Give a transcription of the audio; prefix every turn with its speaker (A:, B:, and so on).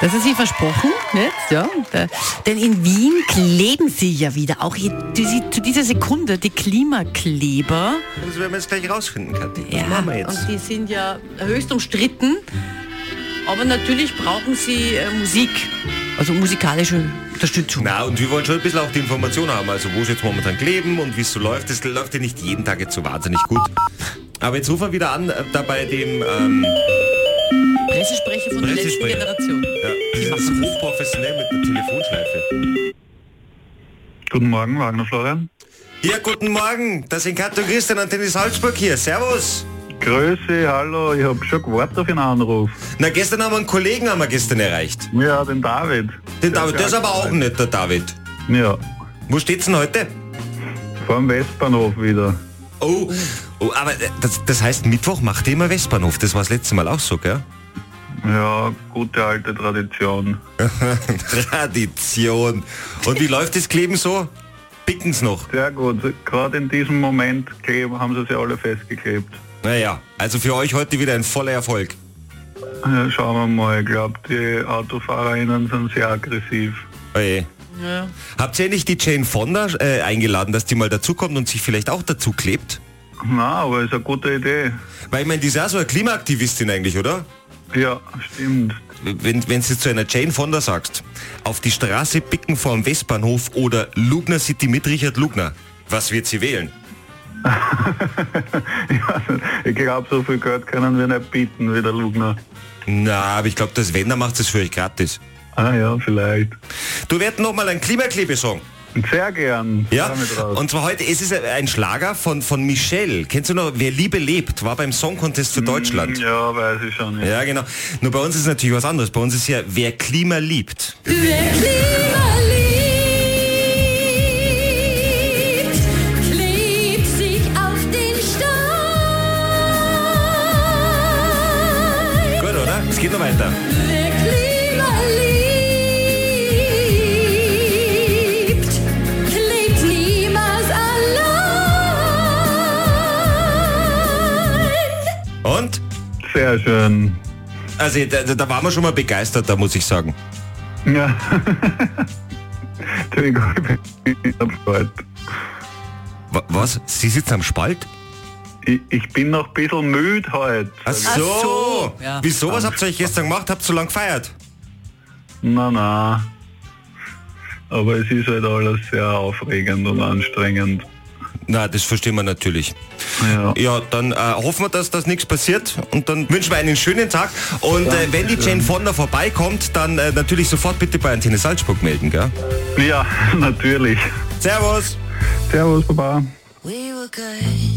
A: Das ist Sie versprochen jetzt, ja. Da, denn in Wien kleben Sie ja wieder, auch hier, die, zu dieser Sekunde, die Klimakleber.
B: Das werden wir jetzt gleich rausfinden, Kathi.
A: Ja,
B: Das machen wir jetzt.
A: Und die sind ja höchst umstritten. Aber natürlich brauchen sie äh, Musik, also musikalische Unterstützung.
B: Na, und wir wollen schon ein bisschen auch die Information haben, also wo es jetzt momentan kleben und wie es so läuft. Das läuft ja nicht jeden Tag jetzt so wahnsinnig gut. Aber jetzt rufen wir wieder an, äh, da bei dem... Ähm,
A: Pressesprecher von der letzten
B: Pressesprecher.
A: Generation.
B: ja, das
A: Die
B: ist
A: machen das.
B: hochprofessionell mit der Telefonschleife.
C: Guten Morgen, Wagner Florian.
B: Ja, guten Morgen, das sind Kathi und Christian an Tennis Salzburg hier. Servus.
C: Grüße, hallo, ich habe schon gewartet auf einen Anruf.
B: Na, gestern haben wir einen Kollegen haben wir gestern erreicht.
C: Ja, den David.
B: Den David, der ist aber auch
C: nicht.
B: nicht der David.
C: Ja,
B: Wo steht's denn heute?
C: vom Westbahnhof wieder.
B: Oh, oh aber äh, das, das heißt, Mittwoch macht ihr immer Westbahnhof. Das war das letzte Mal auch so, gell?
C: Ja, gute alte Tradition.
B: Tradition. Und wie läuft das Kleben so? Picken's noch.
C: Sehr gut. Gerade in diesem Moment kleben, haben sie sich alle festgeklebt.
B: Naja, also für euch heute wieder ein voller Erfolg.
C: Ja, schauen wir mal, ich glaube, die AutofahrerInnen sind sehr aggressiv.
B: Oje.
A: Ja.
B: Oh Habt ihr nicht die Jane Fonda äh, eingeladen, dass die mal dazukommt und sich vielleicht auch dazu klebt?
C: Na, aber ist eine gute Idee.
B: Weil ich meine, die ist ja so eine Klimaaktivistin eigentlich, oder?
C: Ja, stimmt.
B: wenn wenn du zu einer Jane Fonda sagst, auf die Straße picken vorm Westbahnhof oder Lugner City mit Richard Lugner, was wird sie wählen?
C: Ich weiß nicht, ich glaube, so viel Geld können wir nicht bieten wie der Lugner.
B: Na, aber ich glaube, das Wender macht das für euch gratis.
C: Ah ja, vielleicht.
B: Du werden noch mal ein Klimaklebesong,
C: Sehr gern.
B: ja?
C: Fahr mit raus.
B: Und zwar heute, es ist ein Schlager von, von Michelle. Kennst du noch, Wer Liebe lebt, war beim Song Contest für Deutschland.
C: Mm, ja, weiß ich schon. Ja.
B: Ja, genau. Nur bei uns ist natürlich was anderes. Bei uns ist ja, wer Klima liebt.
D: Wer Klima liebt, klebt sich auf den Stein.
B: Gut, oder? Es geht noch weiter.
D: Wer Klima liebt, klebt niemals allein.
B: Und?
C: Sehr schön.
B: Also, da, da waren wir schon mal begeistert, da muss ich sagen.
C: Ja. Entschuldigung, ich bin am Spalt.
B: Wa- Was? Sie sitzt am Spalt?
C: Ich, ich bin noch ein bisschen müde heute.
B: Ach so.
A: Ach so, ja.
B: Wieso? Was habt ihr euch gestern gemacht? Habt ihr so lang gefeiert?
C: Na na. Aber es ist halt alles sehr aufregend und anstrengend.
B: Na, das verstehen wir natürlich.
C: Ja.
B: Ja, dann äh, hoffen wir, dass das nichts passiert und dann wünschen wir einen schönen Tag. Und äh, wenn die Jane Fonda vorbeikommt, dann äh, natürlich sofort bitte bei Antenne Salzburg melden, gell?
C: ja, natürlich.
B: Servus!
C: Servus, Baba.
E: We were good.